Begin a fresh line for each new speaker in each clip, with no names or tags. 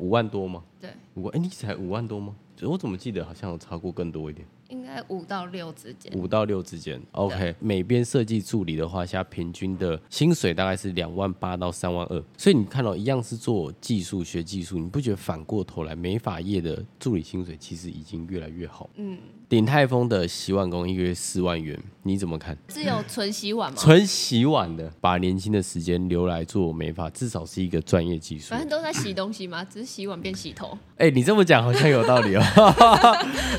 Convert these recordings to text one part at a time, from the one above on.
五万多吗？
对，
五万？哎，你才五万多吗？我怎么记得好像有超过更多一点，
应该五到六之间。
五到六之间。OK，每边设计助理的话，现在平均的薪水大概是两万八到三万二。所以你看到、一样是做技术、学技术，你不觉得反过头来美发业的助理薪水其实已经越来越好？
嗯，
鼎泰丰的洗碗工一个月四万元，你怎么看？
是有
嗯
纯洗碗吗？
纯洗碗的，把年轻的时间留来做美发，至少是一个专业技术
反。正都在洗东西嘛，只是洗碗变洗头。
哎、你这么讲好像有道理哦。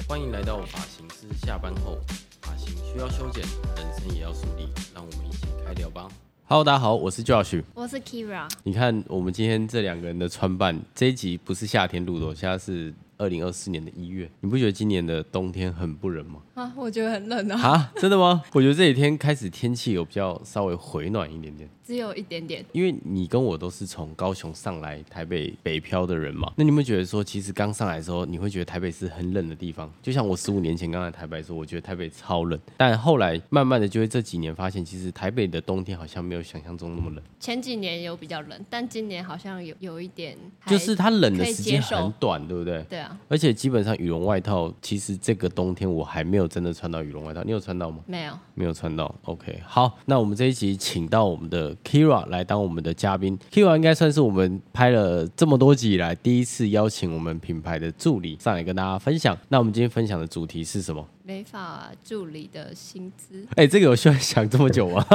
欢迎来到发型师下班后，发型需要修剪，人生也要梳理，让我们一起开聊吧。Hello，大家好，我是 Josh。
我是 Kira，
你看，我们今天这两个人的穿扮，这一集不是夏天录的哦，现在是二零二四年的一月。你不觉得今年的冬天很不冷吗？
啊，我觉得很冷啊，
啊， 真的吗？我觉得这几天开始天气有比较稍微回暖一点点。
只有一点点。
因为你跟我都是从高雄上来台北北漂的人嘛，那你们觉得说，其实刚上来的时候，你会觉得台北是很冷的地方？就像我十五年前刚来台北的时候，我觉得台北超冷，但后来慢慢的就会这几年发现，其实台北的冬天好像没有想象中那么冷，
前几年有比较冷，但今年好像有有一点还，
就是它冷的时间很短，对不对？
对啊，
而且基本上羽绒外套，其实这个冬天我还没有真的穿到羽绒外套，你有穿到吗？
没有。
没有穿到。OK，好，那我们这一集请到我们的 Kira 来当我们的嘉宾。Kira 应该算是我们拍了这么多集以来第一次邀请我们品牌的助理上来跟大家分享。那我们今天分享的主题是什么？
美发助理的薪资，
哎、这个有需要想这么久吗？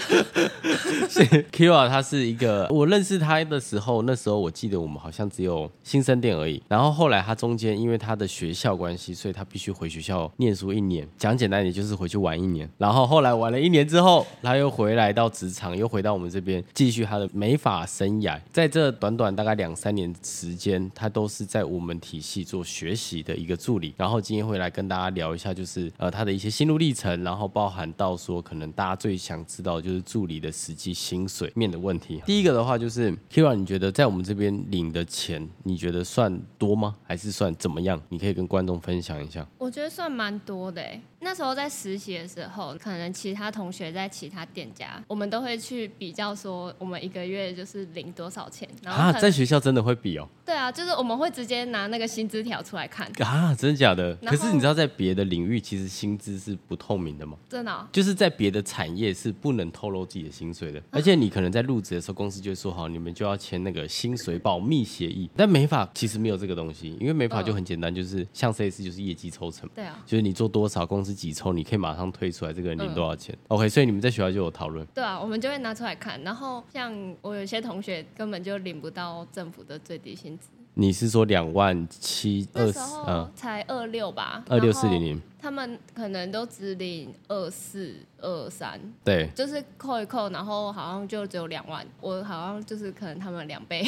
是 Kira，他是一个我认识他的时候，那时候我记得我们好像只有新生店而已。然后后来他中间因为他的学校关系，所以他必须回学校念书一年。讲简单一点，就是回去玩一年。然后后来玩了一年之后，他又回来到职场，又回到我们这边继续他的美发生涯。在这短短大概两三年时间，他都是在我们体系做学习的一个助理。然后今天会来跟大家聊一下，就是呃他的一些心路历程，然后包含到说可能大家最想知道的就是助理的实际薪水面的问题。第一个的话就是 Kira，你觉得在我们这边领的钱，你觉得算多吗？还是算怎么样？你可以跟观众分享一下。
我觉得算蛮多的欸诶。那时候在实习的时候，可能其他同学在其他店家，我们都会去比较说我们一个月就是领多少钱，然后
啊，
可
在
能
学校真的会比哦
对啊，就是我们会直接拿那个薪资条出来看，
啊，真的假的？
然
可
后
是你知道在别的领域，其实薪资是不透明的吗？
真的哦、
就是在别的产业是不能透露自己的薪水的，而且你可能在入职的时候，公司就会说好，你们就要签那个薪水保密协议。但美法其实没有这个东西，因为美法
嗯
就很简单，就是像这一次就是业绩抽成嘛，
对啊，
就是你做多少，公司几抽，你可以马上推出来这个人领多少钱。OK，所以你们在学校就有讨论。
对啊，我们就会拿出来看。然后像我有些同学根本就领不到政府的最低薪资，
你是说两万七
那
二
时
十
候
嗯
才二六吧，
二六四零，零
他们可能都只领二四二三，
对。
就是扣一扣，然后好像就只有两万，我好像就是可能他们两 倍，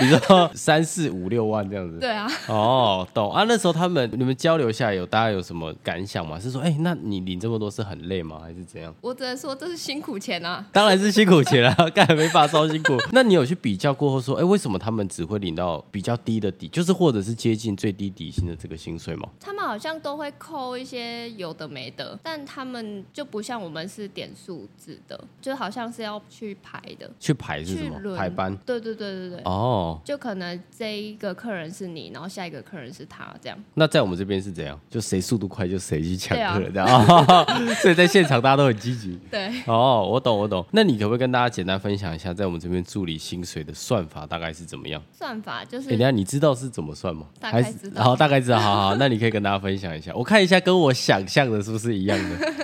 你说三四五六万这样子，
对啊，
哦，懂啊。那时候他们你们交流下来有大家有什么感想吗？是说，哎、那你领这么多是很累吗？还是怎样？
我只能说这是辛苦钱啊。
当然是辛苦钱啦，干没法超辛苦。那你有去比较过后说，哎、为什么他们只会领到比较低的底，就是或者是接近最低底薪的这个薪水吗？
他们好像都会扣一些有的没的，但他们就不像我们是点数制的，就好像是要去排的，
去排是什
去
么？
轮
排班？。
对对对对对。
哦，
就可能这一个客人是你，然后下一个客人是他，这样
那在我们这边是怎样？就谁速度快就谁去抢
对啊
客人这样、哦，所以在现场大家都很积极。
对。
哦，我懂我懂。那你可不可以跟大家简单分享一下，在我们这边助理薪水的算法大概是怎么样？
算法就
哎、
是
等一下你知道是怎么算吗？
嗯大
还
概
是
知道
好，大概知道。好好， 那你可以跟大家分享一下，我看一下跟我想象的是不是一样 的。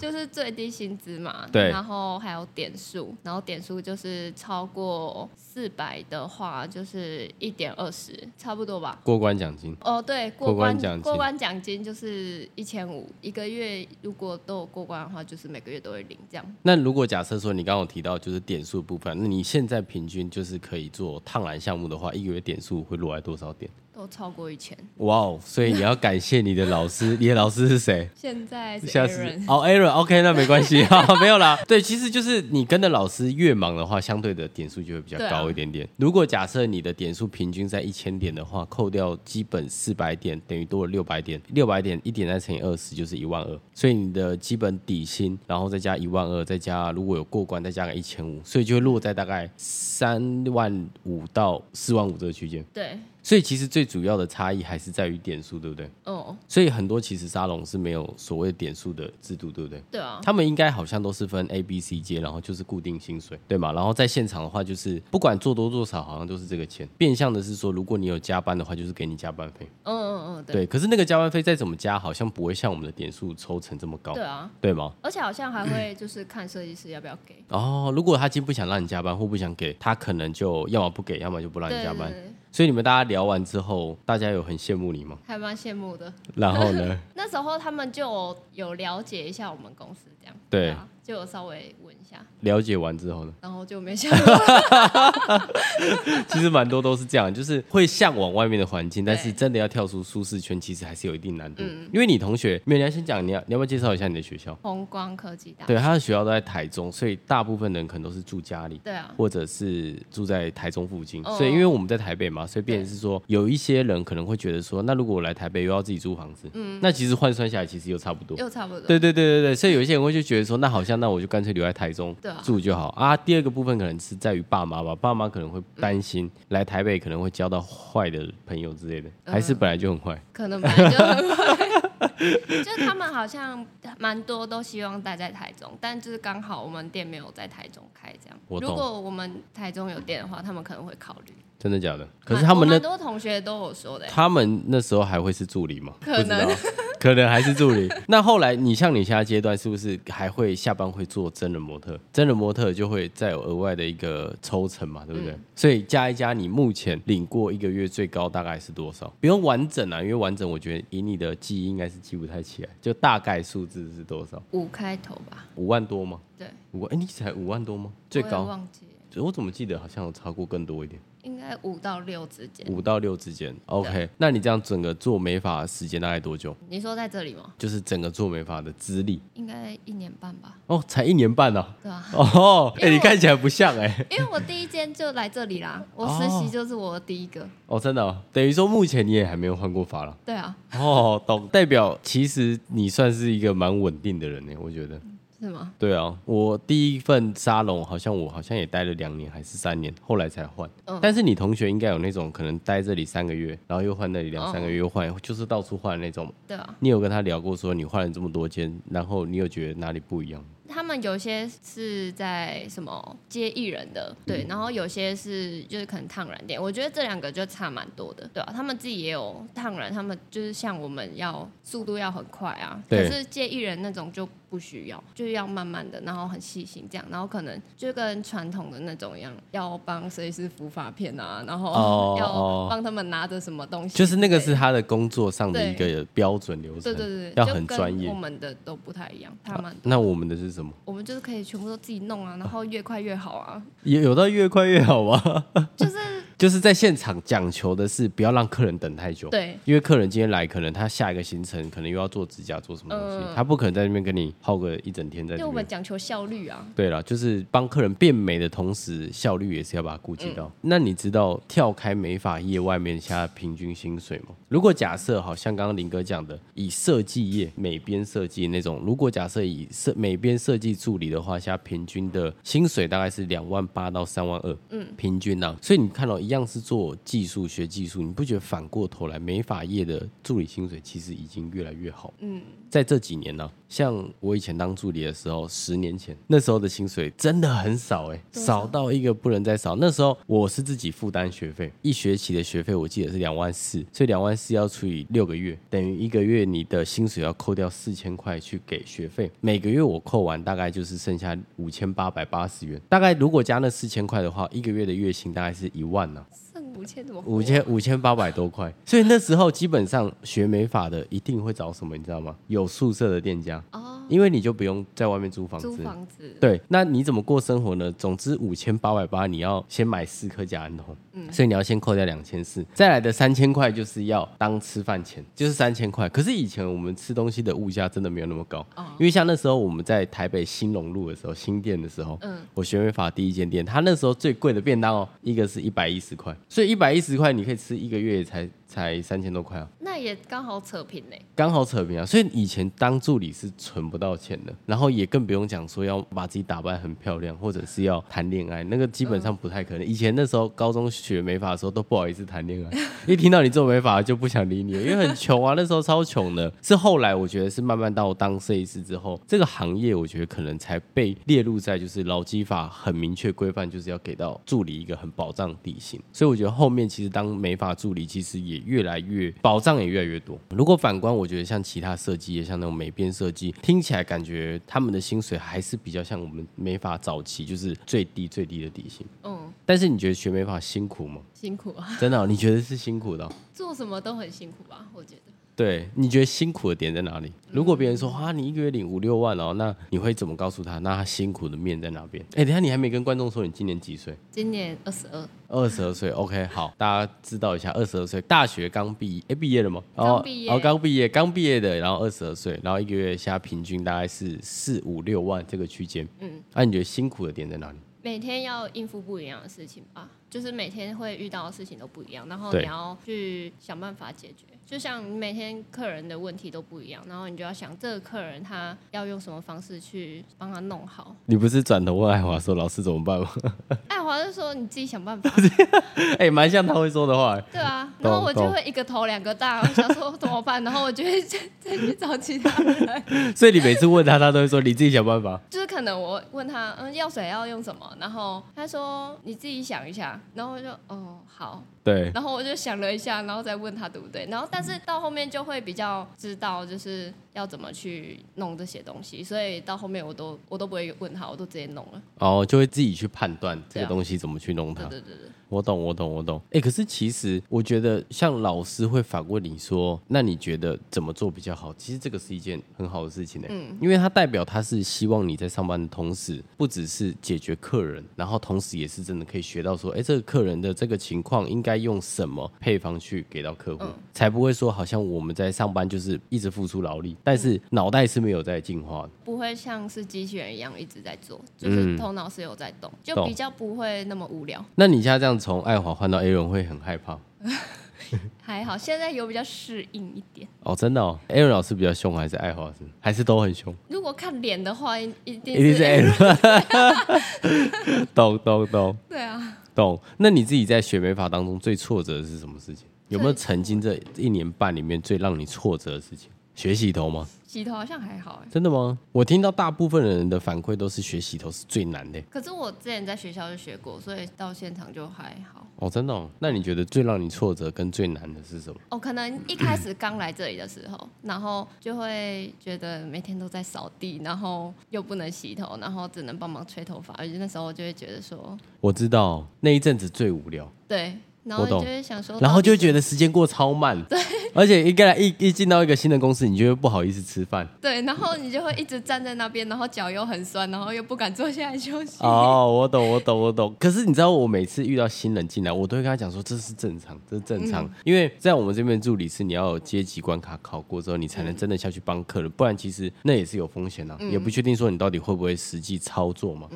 就是最低薪资嘛，
对
然后还有点数，然后点数就是超过四百的话，就是一点二十，差不多吧。
过关奖金。
哦，对，
过
过
关
关
奖金
过关奖金就是一千五，一个月如果都有过关的话，就是每个月都会领这样。
那如果假设说你刚刚有提到就是点数的部分，那你现在平均就是可以做烫染项目的话，一个月点数会落在多少点？
都超过一千，
哇哦！所以你要感谢你的老师，你的老师是谁？
现在是
下次
Aaron，
哦，Aaron，OK，、那没关系 啊，没有啦。对，其实就是你跟的老师越忙的话，相对的点数就会比较
对啊
高一点点。如果假设你的点数平均在一千点的话，扣掉基本四百点，等于多了六百点，六百点一点再乘以二十就是一万二，所以你的基本底薪，然后再加一万二，再加如果有过关，再加个一千五，所以就会落在大概三万五到四万五这个区间。
对，
所以其实最主要的差异还是在于点数，对不对？
哦，
所以很多其实沙龙是没有所谓点数的制度，对不对？
对啊，
他们应该好像都是分 A、B、C 阶，然后就是固定薪水，对吗？然后在现场的话，就是不管做多做少，好像都是这个钱。变相的是说，如果你有加班的话，就是给你加班费。
嗯嗯嗯，对，
对，可是那个加班费再怎么加，好像不会像我们的点数抽成这么高
对，啊，
对吗？
而且好像还会就是看设计师要不要给，
哦，如果他今天不想让你加班或不想给，他可能就要么不给，要么就不让你
对
加
对
班。
对，
所以你们大家聊完之后，大家有很羡慕你吗？
还蛮羡慕的。
然后 呢？
那时候他们就有了解一下我们公司这样，
对
啊，就有稍微问一下，
了解完之后呢？
然后就 没想到，
其实蛮多都是这样，就是会向往外面的环境，
对
但是真的要跳出舒适圈，其实还是有一定难度。
嗯
因为你同学没有，你要先讲，你要你要不要介绍一下你的学校？
红光科技大，
对，啊他的学校都在台中，所以大部分人可能都是住家里。
对啊，
或者是住在台中附近，
哦
所以因为我们在台北嘛，所以变成是说，有一些人可能会觉得说，那如果我来台北又要自己租房子，嗯，那其实换算下来其实又差不多。
又差不多，
对对对对对，所以有一些人会就觉得说，那好像那我就干脆留在台中
对啊
住就好啊。第二个部分可能是在于爸妈吧，爸妈可能
嗯
会担心来台北可能会交到坏的朋友之类的，
嗯
还是本来就很坏。
可能本来就很会。 就是他们好像蛮多都希望待在台中，但就是刚好我们店没有在台中开这样。
我懂
如果我们台中有店的话，他们可能会考虑。
真的假的？可是他们
蛮我蛮
那
多同学都有说的欸、
他们那时候还会是助理吗？
可能
不 知道，可能还是助理。那后来你像你现在阶段，是不是还会下班会做真人模特？真人模特就会再有额外的一个抽成嘛，对不对？
嗯
所以加一加，你目前领过一个月最高大概是多少？不用完整啊，因为完整我觉得以你的记忆应该是记不太起来，就大概数字是多少？
五开头吧，
五万多吗？
对，
五万？哎、你才五万多吗？最
我也
高？
忘记了，
我怎么记得好像有超过更多一点？
应该五到六之间。
五到六之间，OK。那你这样整个做美发的时间大概多久？
你说在这里吗？
就是整个做美发的资历
应该一年半吧，
哦，才一年半呢、啊。
对吧、
哦，哎、
因为
你
我
看起来不像哎、
因为我第一间就来这里啦，我实习就是我的第一个。
哦，真的哦、等于说目前你也还没有换过发廊
对啊，
哦，懂，代表其实你算是一个蛮稳定的人欸呢，我觉得。
是吗？
对啊，我第一份沙龙好像我好像也待了两年还是三年，后来才换。
嗯
但是你同学应该有那种可能待这里三个月，然后又换那里两三个月，又换，就是到处换的那种。
对啊，
你有跟他聊过说你换了这么多间，然后你有觉得哪里不一样吗？
他们有些是在什么接艺人
嗯
的，对，然后有些是就是可能烫染店，我觉得这两个就差蛮多的，对啊，他们自己也有烫染，他们就是像我们要速度要很快啊，
对
可是接艺人那种就不需要，就是要慢慢的，然后很细心这样，然后可能就跟传统的那种一样，要帮设计师敷发片啊，然
哦
后
哦
要帮他们拿着什么东西之类的，
就是那个是他的工作上的一个标准流程，
对对对，对
要
就
很
跟
专业
我。们的都不太一样，他们
那我们的是什么？
我们就是可以全部都自己弄啊，然后越快越好啊。
有有到越快越好吗？
就是
就是在现场讲求的是不要让客人等太久，
对
因为客人今天来，可能他下一个行程可能又要做指甲做什么东西，
嗯
他不可能在那边跟你耗个一整天在
因为
那
我
边
们。讲求效率啊，
对了，就是帮客人变美的同时，效率也是要把它顾及到。那你知道跳开美发业外面现在平均薪水吗？如果假设好像刚刚林哥讲的，以设计业美编设计那种，如果假设以设美编设计助理的话，现在平均的薪水大概是两万八到三万二，嗯，平均啊。所以你看到、一样是做技术学技术，你不觉得反过头来美发业的助理薪水其实已经越来越好？在这几年呢、像我以前当助理的时候，十年前那时候的薪水真的很少哎、
多
少到一个不能再少。那时候我是自己负担学费，一学期的学费我记得是两万四，所以两万四要除以六个月，等于一个月你的薪水要扣掉四千块去给学费。每个月我扣完大概就是剩下五千八百八十元，大概如果加那四千块的话，一个月的月薪大概是一万呢、
剩五千怎么活啊
五千五千八百多块，所以那时候基本上学美发的一定会找什么，你知道吗？有宿舍的店家，
哦，
因为你就不用在外面租房
租
子。
房子
对，那你怎么过生活呢？总之五千八百八，你要先买四颗甲安酮，
嗯
所以你要先扣掉两千四，再来的三千块就是要当吃饭钱，就是三千块。可是以前我们吃东西的物价真的没有那么高，
哦
因为像那时候我们在台北新隆路的时候，新店的时候，
嗯
我学美法第一间店，它那时候最贵的便当哦，一个是一百一十块，所以一百一十块你可以吃一个月也才才三千多块啊，
那也刚好扯平嘞、
刚好扯平啊。所以以前当助理是存不到钱的，然后也更不用讲说要把自己打扮很漂亮，或者是要谈恋爱，那个基本上不太可能。以前那时候高中学美发的时候都不好意思谈恋爱， 一听到你做美发就不想理你了，因为很穷啊，那时候超穷的。是后来我觉得是慢慢到当设计师之后，这个行业我觉得可能才被列入在就是劳基法很明确规范，就是要给到助理一个很保障的地形。所以我觉得后面其实当美发助理，其实也越来越保障也越来越多。如果反观，我觉得像其他设计业，像那种美编设计，听起来感觉他们的薪水还是比较像我们美发早期就是最低最低的底薪。
嗯，
但是你觉得学美发辛苦吗？
辛苦啊，
真的哦、你觉得是辛苦的哦、
做什么都很辛苦吧？我觉得
对，你觉得辛苦的点在哪里？如果别人说啊，你一个月领五六万哦，那你会怎么告诉他？那他辛苦的面在哪边？哎，等一下你还没跟观众说你今年几岁？
今年二十二，
二十二岁，OK，好，大家知道一下，二十二岁，大学刚毕业，哎，毕业了吗？
刚毕业
哦，刚毕业，刚毕业的，然后二十二岁，然后一个月现在平均大概是四五六万这个区间，嗯
嗯，
那、你觉得辛苦的点在哪里？
每天要应付不一样的事情吧，就是每天会遇到的事情都不一样，然后
对
你要去想办法解决。就像你每天客人的问题都不一样，然后你就要想这个客人他要用什么方式去帮他弄好。
你不是转头问爱华说老师怎么办吗？
爱华就说你自己想办法，
哎，蛮像他会说的话，
对啊，
懂
然后我就会一个头两个大，我想说怎么办，然后我就会再再去找其他 人，
所以你每次问他，他都会说你自己想办法。
就是可能我问他，嗯，药水要用什么，然后他说你自己想一下，然后我就哦好，
对，
然后我就想了一下，然后再问他对不对，然后但是到后面就会比较知道就是要怎么去弄这些东西，所以到后面我都我都不会问他，我都直接弄了，
哦，就会自己去判断这
对
个
啊
东西怎么去弄它
对。对对对，
我懂，我懂，我懂。哎、可是其实我觉得，像老师会反问你说，那你觉得怎么做比较好？其实这个是一件很好的事情呢、嗯，因为它代表他是希望你在上班的同时，不只是解决客人，然后同时也是真的可以学到说，哎、这个客人的这个情况应该用什么配方去给到客
嗯
户，才不会说好像我们在上班就是一直付出劳力，但是脑袋是没有在进化的。
不会像是机器人一样一直在做，
嗯
就是头脑是有在动，就
懂
比较不会那么无聊。
那你现在这样从爱华换到 A 伦会很害怕
还好，现在有比较适应一点。
哦，真的哦，A 伦老师比较凶还是爱华是还是都很凶？
如果看脸的话，一一定哎
一定是哎 A 伦， 懂懂懂
对啊，
懂。那你自己在学美发当中最挫折的是什么事情？有没有曾经这一年半里面最让你挫折的事情？学洗头吗？
洗头好像还好哎。
真的吗？我听到大部分人的反馈都是学洗头是最难的、
可是我之前在学校就学过，所以到现场就还好。
哦，真的、哦？那你觉得最让你挫折跟最难的是什么？
哦，可能一开始刚来这里的时候，然后就会觉得每天都在扫地，然后又不能洗头，然后只能帮忙吹头发，而且那时候就会觉得说，
我知道那一阵子最无聊，
对，然
我
后
懂
就会想说，
然后就
到
会
底
觉得时间过超慢，对，而且一个来一一进到一个新的公司，你就会不好意思吃饭。
对，然后你就会一直站在那边，然后脚又很酸，然后又不敢坐下来休息。
哦，我懂，我懂，我懂。可是你知道，我每次遇到新人进来，我都会跟他讲说，这是正常，这是正常。因为在我们这边助理是你要有阶级关卡考过之后，你才能真的下去帮客人，不然其实那也是有风险的、啊也不确定说你到底会不会实际操作嘛。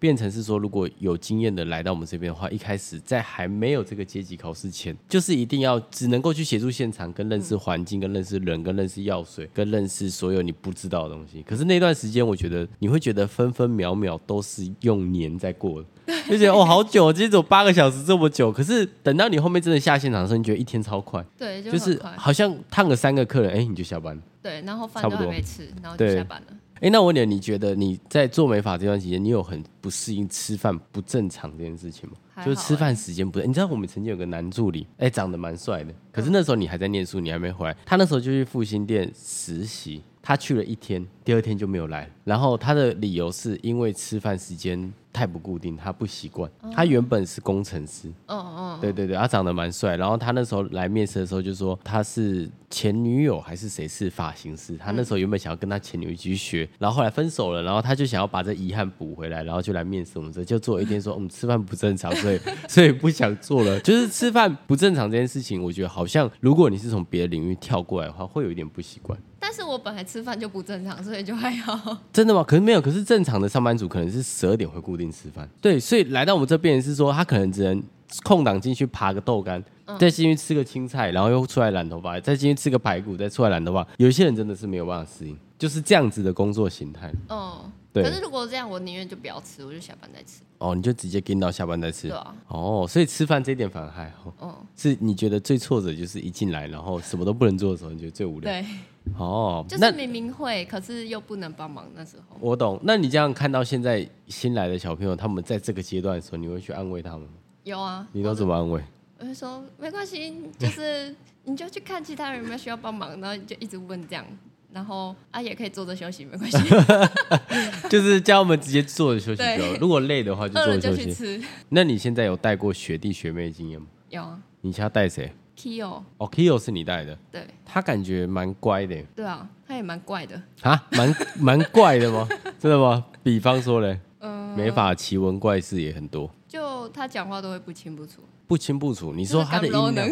变成是说，如果有经验的来到我们这边的话，一开始在还没有这个阶级考试前，就是一定要只能够去协助现场，跟认识环境，跟认识人，跟认识药水，跟认识所有你不知道的东西。可是那段时间，我觉得你会觉得分分秒秒都是用年在过的。就觉得哦，好久哦，今天走八个小时这么久。可是等到你后面真的下现场的时候，你觉得一天超快，
对，
就
就很
是
快
好像烫个三个客人，哎、你就下班了。
对，然后饭
差不
都还
多
没吃，然后就
对
下班了。
哎，那我问你，你觉得你在做美发这段期间，你有很不适应吃饭不正常这件事情吗？
还
就是
好
吃
欸
饭时间不对。你知道我们曾经有个男助理，哎，长得蛮帅的，可
嗯
是那时候你还在念书，你还没回来。他那时候就去复兴店实习，他去了一天，第二天就没有来。然后他的理由是因为吃饭时间太不固定，他不习惯。
哦
他原本是工程师，
嗯嗯，
对对对，他长得蛮帅。然后他那时候来面试的时候就说他是前女友还是谁是发型师。他那时候原本想要跟他前女友一起去学，然后后来分手了，然后他就想要把这遗憾补回来，然后就来面试我们这，就做一天说嗯吃饭不正常，所以 所以不想做了。就是吃饭不正常这件事情，我觉得好像如果你是从别的领域跳过来的话，会有一点不习惯。
但是我本来吃饭就不正常，所以就还好。
真的吗？可是没有，可是正常的上班族可能是十二点会固定吃饭，对，所以来到我们这边是说他可能只能空档进去爬个豆干，
嗯
再进去吃个青菜，然后又出来染头发，再进去吃个排骨，再出来染头发。有些人真的是没有办法适应，就是这样子的工作形态。
嗯，
对
可是如果这样，我宁愿就不要吃，我就下班再吃。
哦，你就直接跟到下班再吃
对。啊，
哦，所以吃饭这一点反而还好。
嗯，
是你觉得最挫折就是一进来，然后什么都不能做的时候，你觉得最无聊。
对，
哦，
就是
那
明明会，可是又不能帮忙那时候。
我懂。那你这样看到现在新来的小朋友，他们在这个阶段的时候，你会去安慰他们吗？
有啊，
你都怎么安慰？
我就说没关系，就是你就去看其他人有没有需要帮忙，然后你就一直问这样，然后啊也可以坐着休息，没关系，
就是叫他们直接坐着休息
对
就好。如果累的话，就
饿
坐
了
着
就
休
去
息。
吃。
那你现在有带过学弟学妹的经验吗？
有啊
你现在带谁？
，Kyo，
哦，Kyo 是你带的，
对
他感觉蛮乖的耶
对啊，他也蛮怪的，
啊，蛮蛮怪的吗？ 真的吗？比方说嘞，
嗯、
美法奇闻怪事也很多，
就他讲话都会不清不楚，
不清不楚。你
你
说他的音
能
量，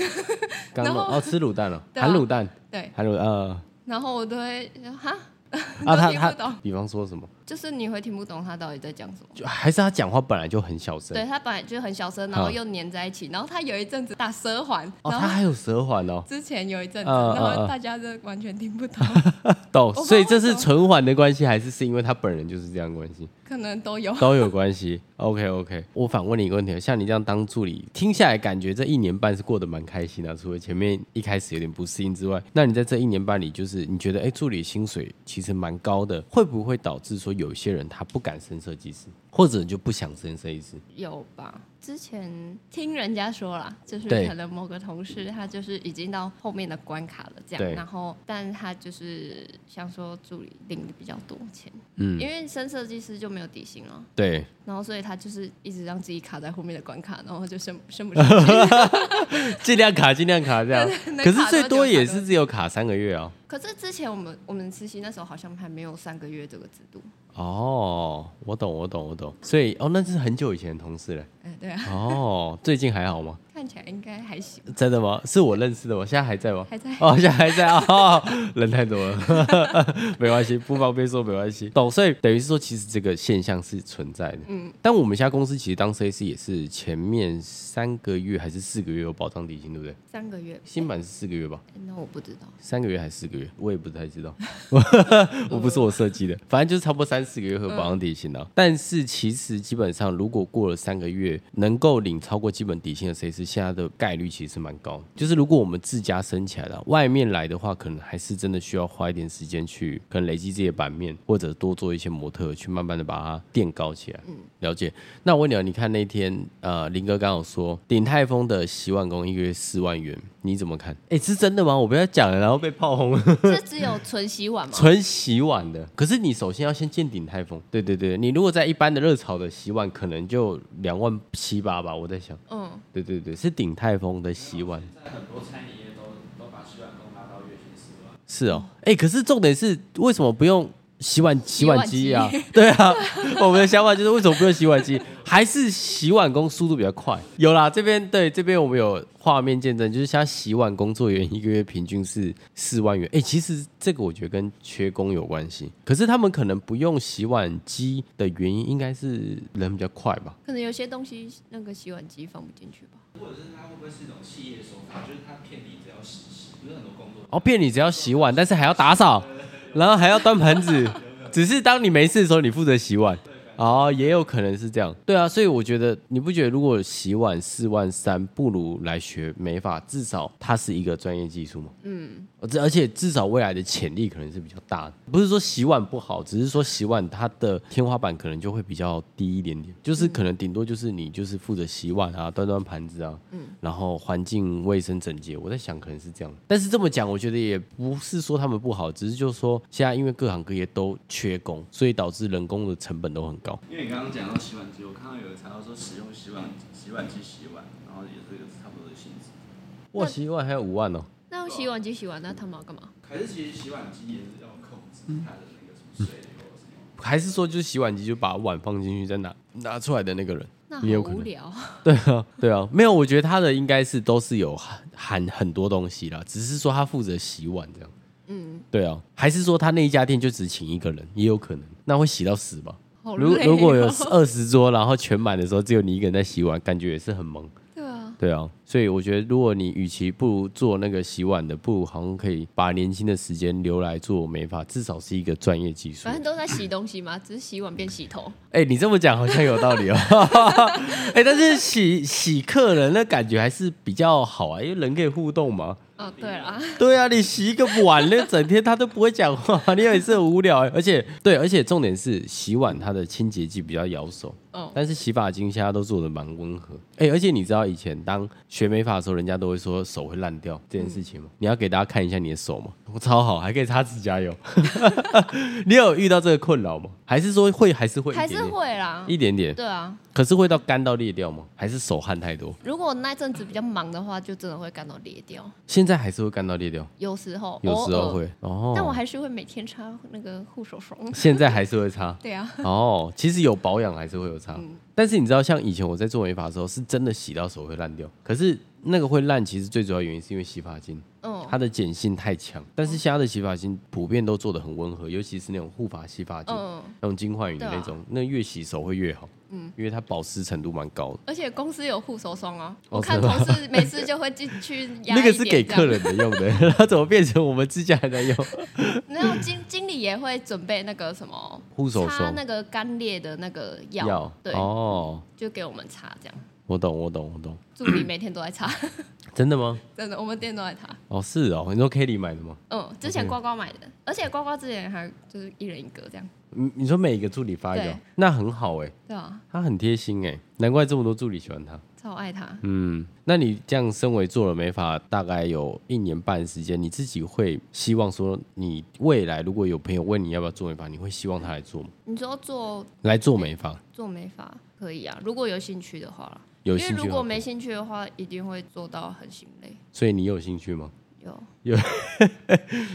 刚刚
然后
哦，吃卤蛋了，
对啊
含卤蛋，
对，
含卤 呃
然后我都会哈，
啊，他
听不
他
懂，
比方说什么，
就是你会听不懂他到底在讲什么。
就还是他讲话本来就很小声
对，他本来就很小声，然后
好
又粘在一起，然后他有一阵子打舌环，
哦，嗯
然
他
后
还有舌环哦，
之前有一阵子，
嗯嗯
然
嗯
后大家就完全听不 懂，
懂
不知道，
所以这是
为什么
唇环的关系，还是是因为他本人就是这样关系？
可能都有。
都有关系。OK OK，我反问你一个问题：啊像你这样当助理，听下来感觉这一年半是过得蛮开心的、啊除了前面一开始有点不适应之外，那你在这一年半里，就是你觉得哎、诶助理薪水其实蛮高的，会不会导致说有一些人他不敢升设计师，或者你就不想升设计师？
有吧？之前听人家说啦，就是
对
可能某个同事他就是已经到后面的关卡了，这
对
样，然后但他就是想说助理领的比较多钱，
嗯
因为升设计师就没有底薪了，
对，
然后所以他就是一直让自己卡在后面的关卡，然后就升 升不上去。
尽量卡，尽量卡这 样。
能
可
卡
是最
久
多
卡
也是只有卡三个月哦。
可是之前我们我们实习那时候好像还没有三个月这个制度，
哦，我懂，我懂，我懂。所以哦，那是很久以前的同事了。
哎、对啊，
哦，最近还好吗？
看起来应该还行，
真的吗？是我认识的吗？现在还在吗？
还在
哦，现在还 在啊、哦，人太多了， 没关系，不方便说没关系。懂，所以等于是说，其实这个现象是存在的。嗯，但我们现在公司其实当设计师也是前面三个月还是四个月有保障底薪，对不对？
三个月。
新版是四个月吧？
哎那我不知 道，
三个月还是四个月，我也不太知 道，我不是我设计的，反正就是差不多三四个月会有保障底薪了、但是其实基本上，如果过了三个月，能够领超过基本底薪的 C 师，现在的概率其实是蛮高的。就是如果我们自家升起来了，外面来的话，可能还是真的需要花一点时间去，可能累积自己的版面，或者多做一些模特，去慢慢的把它垫高起来。了解。那我问你啊，你看那天呃，林哥刚好说鼎泰丰的洗碗工一个月四万元，你怎么看？哎、是真的吗？我不要讲了，然后被炮轰了。
这只有纯洗碗吗？
纯洗碗的，可是你首先要先见鼎泰丰。对对对，你如果在一般的热潮的洗碗，可能就两万七八吧，我在想。
嗯，
对对对，是鼎泰丰的洗碗。
在很多餐饮业都都把洗碗工拉到月薪十万，
是哦，哎、可是重点是为什么不用洗碗洗碗机啊
洗？
对啊，我们的想法就是为什么不用洗碗机？还是洗碗工速度比较快？有啦，这边对这边我们有画面见证，就是像洗碗工作员一个月平均是四万元。哎、其实这个我觉得跟缺工有关系，可是他们可能不用洗碗机的原因，应该是人比较快吧？
可能有些东西那个洗碗机放不进去吧。
或者是他会不会是一种企业手法，就是他骗你只要洗洗，不是很多工作
哦，骗你只要洗碗，但是还要打扫，然后还要端盘子。只是当你没事的时候，你负责洗碗。哦，也有可能是这样。对啊，所以我觉得你不觉得如果洗碗四万三，不如来学美发，至少它是一个专业技术嘛。嗯，而且至少未来的潜力可能是比较大的。不是说洗碗不好，只是说洗碗它的天花板可能就会比较低一点点，就是可能顶多就是你就是负责洗碗啊，端端盘子啊，然后环境卫生整洁，我在想可能是这样。但是这么讲，我觉得也不是说他们不好，只是就说现在因为各行各业都缺工，所以导致人工的成本都很高。
因为你刚刚讲到洗碗机，我看到有人查到说使用洗碗洗碗机洗碗，然后也是差不多的薪资。
哇，洗碗还有五万哦，
那用洗碗机洗完，那他们要干嘛？
还是其实洗碗机也是要控制它的那个什么水流什么。
还是说就是洗碗机就把碗放进去再拿拿出来的那个人？
那
也有
好
可能
无聊。
对啊，对啊，没有，我觉得他的应该是都是有含含很多东西啦，只是说他负责洗碗这样。
嗯，
对啊，还是说他那一家店就只请一个人，也有可能，那会洗到死吧？
好
如
累、哦。
如果有二十桌，然后全满的时候只有你一个人在洗碗，感觉也是很萌。
对啊，
对啊，所以我觉得，如果你与其不如做那个洗碗的，不如好像可以把年轻的时间留来做美发，至少是一个专业技术
反。正都在洗东西嘛，只是洗碗变洗头。
哎、你这么讲好像有道理哦。 哎、但是洗洗客人的感觉还是比较好啊，因为人可以互动嘛。
哦，对啦，
对啊，你洗一个碗，那整天他都不会讲话，你也是很无聊欸。而且对，而且重点是洗碗它的清洁剂比较咬手，
哦，
但是洗发精现在都做的蛮温和。哎、而且你知道以前当学美发的时候，人家都会说手会烂掉这件事情吗？
嗯
你要给大家看一下你的手嘛，我超好，还可以擦指甲油。 你有遇到这个困扰吗？还是说会还是会一
还
点
是
点？
会啦。
一点点，
对啊，
可是会到干到裂掉吗？还是手汗太多？
如果那阵子比较忙的话，就真的会干到裂掉。
现在还是会干到裂掉，
有时候，
有时候
偶尔。
会。哦，嗯
但我还是会每天擦那个护手霜。
现在还是会擦。
对啊，
哦，其实有保养还是会有差，
嗯
但是你知道，像以前我在做美发的时候，是真的洗到手会烂掉。可是那个会烂，其实最主要原因是因为洗发精
嗯，
它的碱性太强。但是现在的洗发精普遍都做的很温和，尤其是那种护发洗发精，
嗯啊
那种金焕宇的那种，那越洗手会越好，嗯，因为它保湿程度蛮高的。
而且公司有护手霜啊，
哦
我看
真
同
的吗
事每次就会进 去压
那个是给
一点这样
客，人的用的， 它怎么变成我们自家人在用？
然后经经理也会准备那个什么
护手
擦
霜
那个干裂的那个药，对，
哦，
就给我们擦这样。
我懂，我懂，我懂，
助理每天都在擦，
真的吗？
真的，我们店都在擦。
哦，是哦，你说 Kelly 买的吗？
嗯，之前呱呱买的，而且呱呱之前还就是一人一个这样，
你你说每个助理发一个
对
哦，那很好哎、
对啊，
他很贴心哎、难怪这么多助理喜欢他。
超爱它。
嗯，那你这样身为做了美发大概有一年半的时间，你自己会希望说，你未来如果有朋友问你要不要做美发，你会希望他来做吗？
你说做
来做美发，
做美发可以啊，如果有兴趣的话啦，
有
因
兴
为
趣
如果
吗？
没兴趣的话，一定会做到很心累。
所以你有兴趣吗？
有，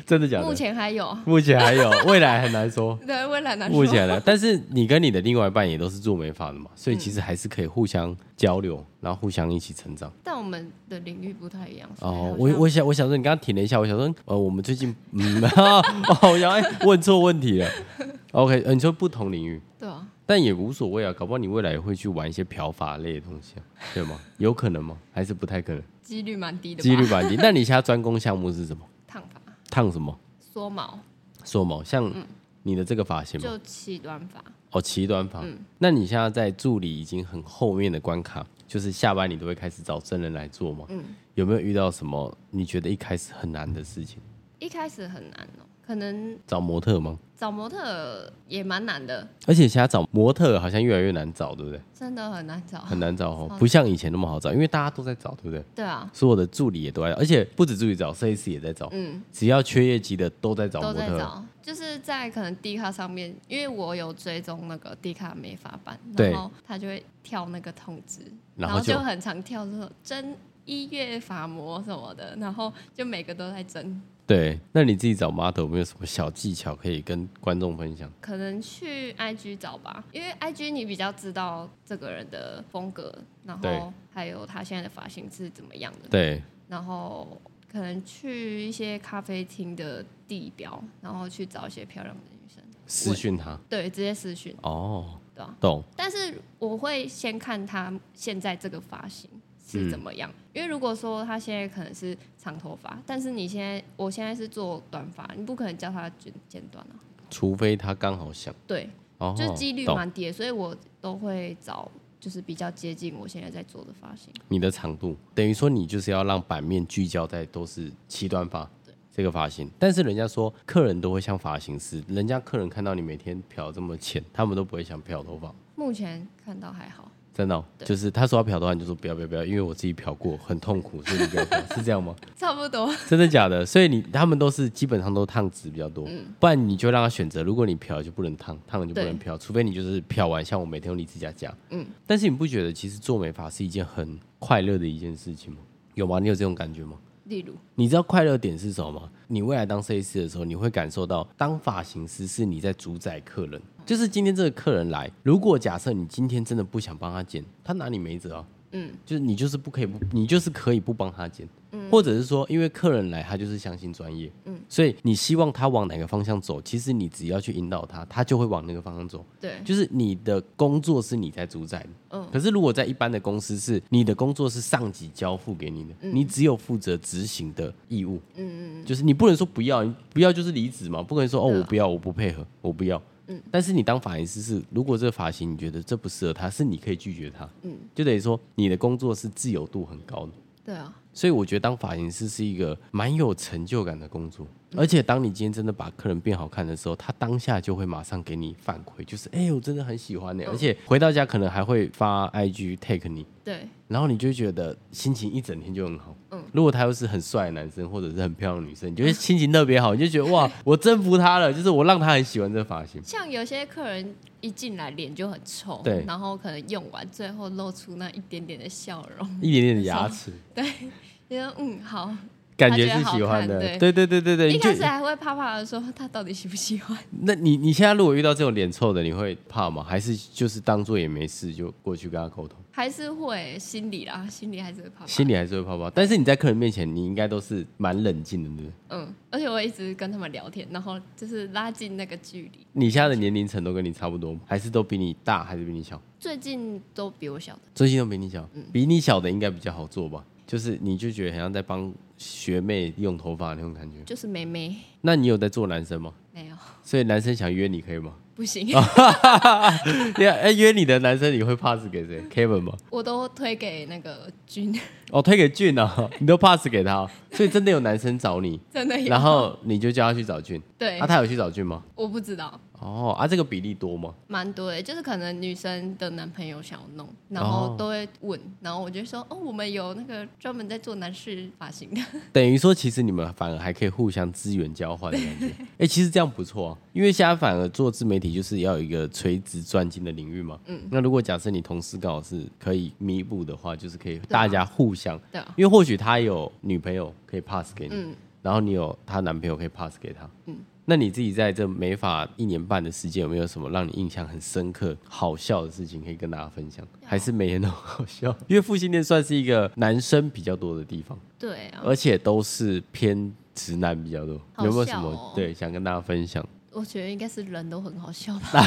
真的假的？
目前还有，
目前还有，未来很难说。
对，未来难说
目。前呢，但是你跟你的另外一半也都是做美发的嘛，所以其实还是可以互相交
嗯
流，然后互相一起成长。
但我们的领域不太一样。所以
哦
好，
我
像
我想我想说，你刚刚停了一下，我想说，呃，我们最近 嗯， 哦，我想哎问错问题了。OK，呃你说不同领域，
对啊，
但也无所谓啊，搞不好你未来也会去玩一些漂法类的东西、啊，对吗？有可 能吗？还是不太可能？
几率蛮低的吧。
几率蛮低。那你现在专攻项目是什么？
烫发、
烫什么？
缩毛
缩毛？像
嗯
你的这个发型吗？
就起短发，
哦，齐短发。
嗯
那你现在在助理已经很后面的关卡，就是下班你都会开始找真人来做吗？
嗯
有没有遇到什么你觉得一开始很难的事情？
一开始很难哦、可能
找模特吗？
找模特也蛮难的，
而且现在找模特好像越来越难找，对不对？
真的很难找。
很难找哦
超，级
不像以前那么好找，因为大家都在找，对不对？
对啊，
所有的助理也都在，而且不止助理找，设计师也在找，
嗯，
只要缺业绩的都在找模
都在
特。
找，就是在可能 D 卡上面，因为我有追踪那个 D 卡美发版，
对
然后他就会跳那个通知，
然
然
后
后
就
就很常跳这种真一月法模什么的，然后就每个都在争。
对，那你自己找 model 有没有什么小技巧可以跟观众分享？
可能去 IG 找吧，因为 IG 你比较知道这个人的风格，然
对
后还有他现在的发型是怎么样的，
对，
然后可能去一些咖啡厅的地标，然后去找一些漂亮的女生，
私讯他
对，直接私讯，
哦，
对啊。
懂
但是我会先看他现在这个发型是怎么样，
嗯
因为如果说他现在可能是长头发，但是你现在我现在是做短发，你不可能叫他剪剪短啊，
除非他刚好想，
对，
哦，
就是几率
懂
蛮低的，所以我都会找就是比较接近我现在在做的发型。
你的长度，等于说你就是要让版面聚焦在都是齐短发这个发型。但是人家说客人都会像发型师，人家客人看到你每天漂这么浅，他们都不会想漂头发。
目前看到还好，
真的哦、
对
就是他说要漂头发，你就说不要不要不要，因为我自己漂过，很痛苦，所以你不要漂，是这样吗？
差不多。
真的假的？所以你他们都是基本上都烫直比较多，不然你就让他选择。如果你漂就不能烫，烫了就不能
对
漂，除非你就是漂完，像我每天用离子夹夹。嗯，但是你不觉得其实做美发是一件很快乐的一件事情吗？有吗？你有这种感觉吗？
例如，
你知道快乐点是什么吗？你未来当设计师的时候，你会感受到当发型师是你在主宰客人。就是今天这个客人来，如果假设你今天真的不想帮他剪，他拿你没辙啊。
嗯，
就是你就是不可以不，你就是可以不帮他剪，或者是说，因为客人来他就是相信专业，嗯，所以你希望他往哪个方向走，其实你只要去引导他，他就会往那个方向走。
对，
就是你的工作是你在主宰的，
嗯
可是如果在一般的公司是你的工作是上级交付给你的，你只有负责执行的义务，
嗯嗯嗯
就是你不能说不要，你不要就是离职嘛，不可能说哦
对啊
我不要，我不配合，我不要。嗯，但是你当发型师是，如果这个发型你觉得这不适合他，是你可以拒绝他，
嗯，
就等于说你的工作是自由度很高的。
对啊，
所以我觉得当发型师是一个蛮有成就感的工作，而且当你今天真的把客人变好看的时候，他当下就会马上给你反馈，就是哎、我真的很喜欢你、
嗯
而且回到家可能还会发 IG take 你，
对，
然后你就会觉得心情一整天就很好。
嗯
如果他又是很帅的男生或者是很漂亮的女生，你就会心情特别好，你就觉 得哇，我征服他了，就是我让他很喜欢这发型。
像有些客人一进来脸就很臭，
对
然后可能用完最后露出那一点点的笑容，
一点点的牙齿，
觉得嗯好，
感觉是喜欢的
他觉得好，看
对对对对对，
一
你就
开始还会怕怕的说他到底喜不喜欢，
那你你现在如果遇到这种脸臭的，你会怕吗？还是就是当做也没事，就过去跟他沟通？
还是会心里啦，心里还是会怕怕，
心里还是会怕怕，但是你在客人面前，你应该都是蛮冷静的，对不对？
嗯，而且我一直跟他们聊天，然后就是拉近那个距离。
你现在的年龄层都跟你差不多吗？还是都比你大，还是比你小？
最近都比我小的，
最近都比你小，比你小的应该比较好做吧？就是你就觉得好像在帮学妹用头发那种感觉。
就是妹妹
那你有在做男生吗？
没有，
所以男生想约你可以 吗？
不行，
哦对啊，哎，约你的男生你会 pass 给谁？Kevin 吗？
我都推给那个君，
哦，推给俊啊，你都 pass 给他哦，所以真的有男生找你。
真的有。
然后你就叫他去找俊，
哎对、
啊，他有去找俊吗？
我不知道，
哦，啊，这个比例多吗？
蛮多的，就是可能女生的男朋友想要弄，然
哦
后都会问，然后我就说哦，我们有那个专门在做男士发型的，
等于说，其实你们反而还可以互相资源交换的感觉。哎、其实这样不错、啊，因为现在反而做自媒体就是要有一个垂直专精的领域嘛。嗯，那如果假设你同事刚好是可以弥补的话，就是可以大家互相，
对啊，
因为或许他有女朋友可以 pass 给你，
嗯
然后你有她男朋友可以 pass 给她。嗯，那你自己在这美发一年半的时间，有没有什么让你印象很深刻、好笑的事情可以跟大家分享？还是每天都好笑？因为复兴店算是一个男生比较多的地方，
对啊。
而且都是偏直男比较多。
好笑哦
有没有什么对想跟大家分享？
我觉得应该是人都很好笑吧，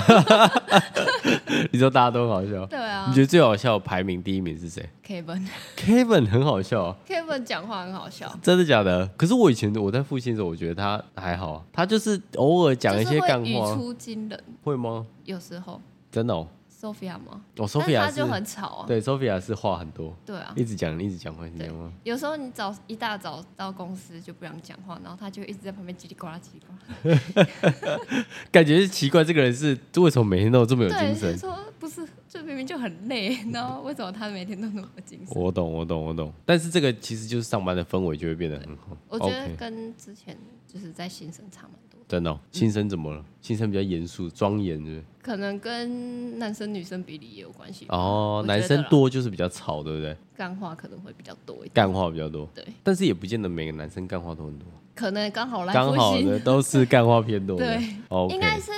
你说大家都很好笑，
对啊
你觉得最好笑的排名第一名是谁
，Kevin，Kevin
？Kevin 很好笑、啊。
Kevin 讲话很好笑，
真的假的？可是我以前我在复兴的时候，我觉得他还好啊，他就是偶尔讲一
就是
些
会
干
语
话，
出惊人，
会吗？
有时候
真的哦，
Sophia 吗？
我
但是
Sophia
他
是
就很吵啊，
对 Sophia 是话很多，
对啊，
一直讲一直讲话，一直
对
讲话。，
有时候你早一大早到公司就不想讲话，然后他就一直在旁边叽里呱啦叽里呱啦。
感觉是奇怪，这个人是为什么每天都这么有
对，
精
就是
神？
说不是，就明明就很累，然后为什么他每天都那么精神？
我懂，我懂，我懂。但是这个其实就是上班的氛围就会变得很好。
我觉得
OK，
跟之前就是在新生差蛮多，
真的、哦，新生怎么了？新生比较严肃、庄严，是不是？
可能跟男生女生比例也有关系，
哦，
嗯我觉得
男生多就是比较吵，对不对？
干话可能会比较多一点。
干话比较多，
对，
但是也不见得每个男生干话都很多，
可能刚好来
刚
复
好的
兴，
都是干话偏多的。哦 OK，
对应该是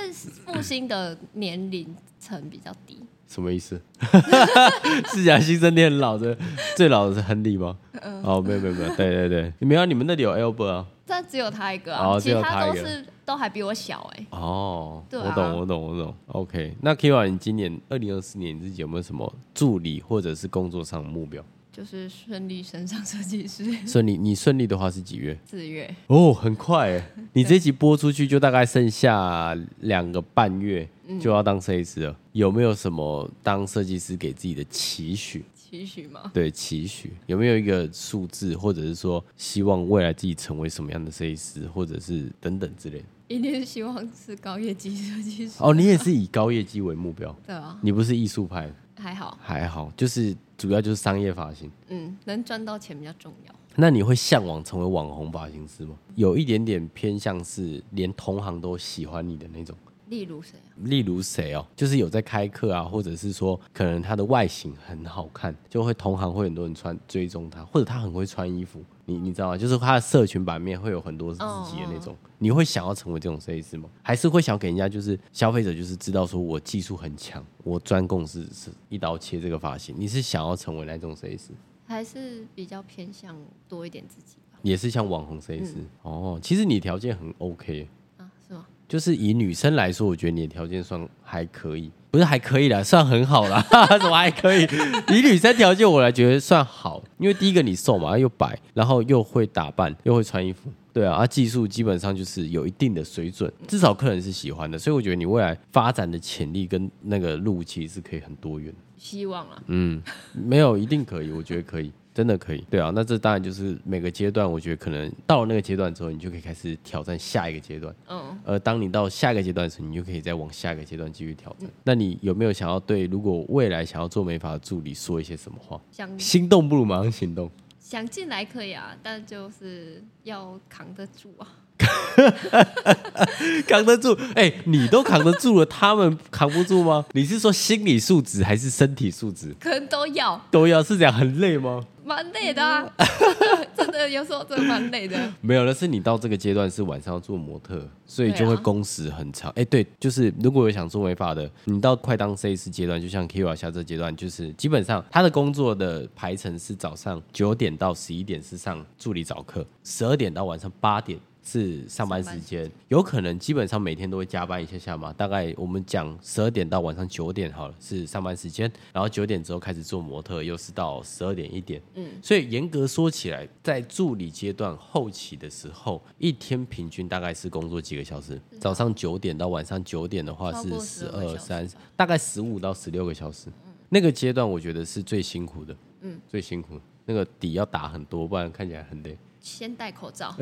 复兴的年龄层比较低，
什么意思？ 是讲新生店很老的，最老的是亨利吗？
呃
哦，没有没有没有，对对对，没有啊，你们那里有 Albert 啊？
但只有他一个
哦
啊，
只
其
有
他
他一
都
个
是都还比我小哎、
哦，
对啊
我懂我懂我懂。OK，那 Kira，你今年二零二四年你自己有没有什么助理或者是工作上的目标？
就是顺利升上设计师。
顺利，你顺利的话是几月？
四月，
哦，很快耶！你这集播出去就大概剩下两个半月
嗯
就要当设计师了，有没有什么当设计师给自己的期许？
期许吗？
对期许有没有一个数字，或者是说希望未来自己成为什么样的设计师，或者是等等之类的？
一定是希望是高业绩设计师。
哦，你也是以高业绩为目标，
对啊，
你不是艺术派，
还好，
还好，就是主要就是商业发型。
嗯，能赚到钱比较重要。
那你会向往成为网红发型师吗？有一点点偏向是连同行都喜欢你的那种。
例如谁啊？
例如谁哦，就是有在开课啊，或者是说可能他的外形很好看，就会同行会很多人穿追踪他，或者他很会穿衣服，你你知道吗？就是他的社群版面会有很多是自己的那种，你会想要成为这种设计师吗？还是会想要给人家就是消费者就是知道说我技术很强，我专攻是是一刀切这个发型，你是想要成为哪种设计师？
还是比较偏向多一点自己吧。
也是像网红设计师、哦。其实你条件很 OK，
啊，是吗？
就是以女生来说，我觉得你的条件算还可以，不是还可以啦，算很好啦， 怎么还可以？以女生条件我来觉得算好，因为第一个你瘦嘛，又白，然后又会打扮，又会穿衣服。对啊，啊，技术基本上就是有一定的水准，至少客人是喜欢的，所以我觉得你未来发展的潜力跟那个路其实是可以很多元的。
希望啊，
嗯，没有，一定可以，我觉得可以，真的可以。对啊，那这当然就是每个阶段，我觉得可能到了那个阶段之后，你就可以开始挑战下一个阶段。
嗯，
而当你到下一个阶段的时候，你就可以再往下一个阶段继续挑战。那你有没有想要对如果未来想要做美发的助理说一些什么话？
想
嗯心动不如马上行动。
想进来可以啊，但就是要扛得住啊。
扛得住？哎、你都扛得住了，他们 扛不住吗？你是说心理素质还是身体素质
可能都要，
都要？是这样很累吗？
蛮累的 啊，真的真的有时候真的蛮累的。
没有，那是你到这个阶段是晚上要做模特，所以就会
对啊
工时很长。哎、对，就是如果有想做美发的，你到快当设计师阶段，就像 Kira 下这阶段，就是基本上他的工作的排程是早上九点到十一点是上助理早课，十二点到晚上八点。是上班时
上班时
间，有可能基本上每天都会加班一下下嘛。大概我们讲十二点到晚上九点好了，是上班时间，然后九点之后开始做模特，又是到十二点一点。
嗯
所以严格说起来，在助理阶段后期的时候，一天平均大概是工作几个小时？早上九点到晚上九点的话
嗯超
是
过
十
12
二
个小
三
时，
大概十五到十六个小时。那个阶段我觉得是最辛苦的，嗯
嗯，
最辛苦，那个底要打很多，不然看起来很累。
先戴口 罩，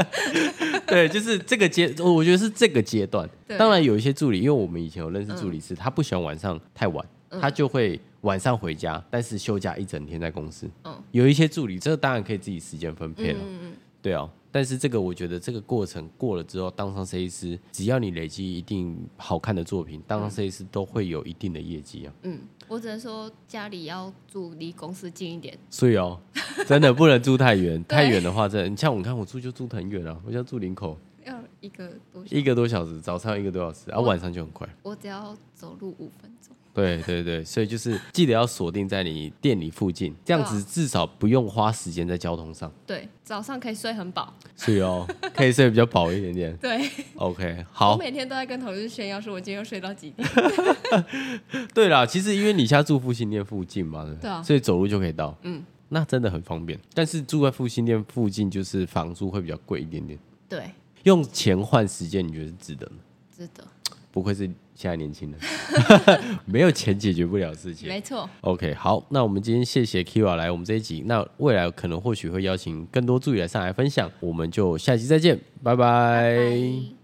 对，就是这个阶，我我觉得是这个阶段。
对嗯
当然有一些助理，因为我们以前有认识助理是，他不喜欢晚上太晚，他就会晚上回家，但是休假一整天在公司。
嗯
有一些助理，这当然可以自己时间分配了。
嗯嗯，
对啊，但是这个我觉得这个过程过了之后，当上设计师，只要你累积一定好看的作品，当上设计师都会有一定的业绩啊。
嗯，我只能说家里要住离公司近一点，
所以哦，真的不能住太 远，
对
太远的话，真的，你像我看我住就住得很远啊，我家住林口，
要一个多小
一个多小时，早上一个多小时，啊，
我
晚上就很快。
我只要走路五分钟。
对对对，所以就是记得要锁定在你店里附近，这样
对
子
啊
至少不用花时间在交通上。
对，早上可以睡很饱。
所以哦， 可以睡比较饱一点点。
对，
OK，
我
好。
每天都在跟同事炫耀说我今天又睡到几点。
对啦，其实因为你家住复兴店附近嘛，不
对啊
所以走路就可以到，嗯
嗯，
那真的很方便。但是住在复兴店附近，就是房租会比较贵一点点，
对，
用钱换时间，你觉得是值得吗？
值得，
不愧是现在年轻人， 没有钱解决不了事情。
没错。
OK，好，那我们今天谢谢 Kira 来我们这一集，那未来可能或许会邀请更多助理来上来分享，我们就下期再见，拜拜
拜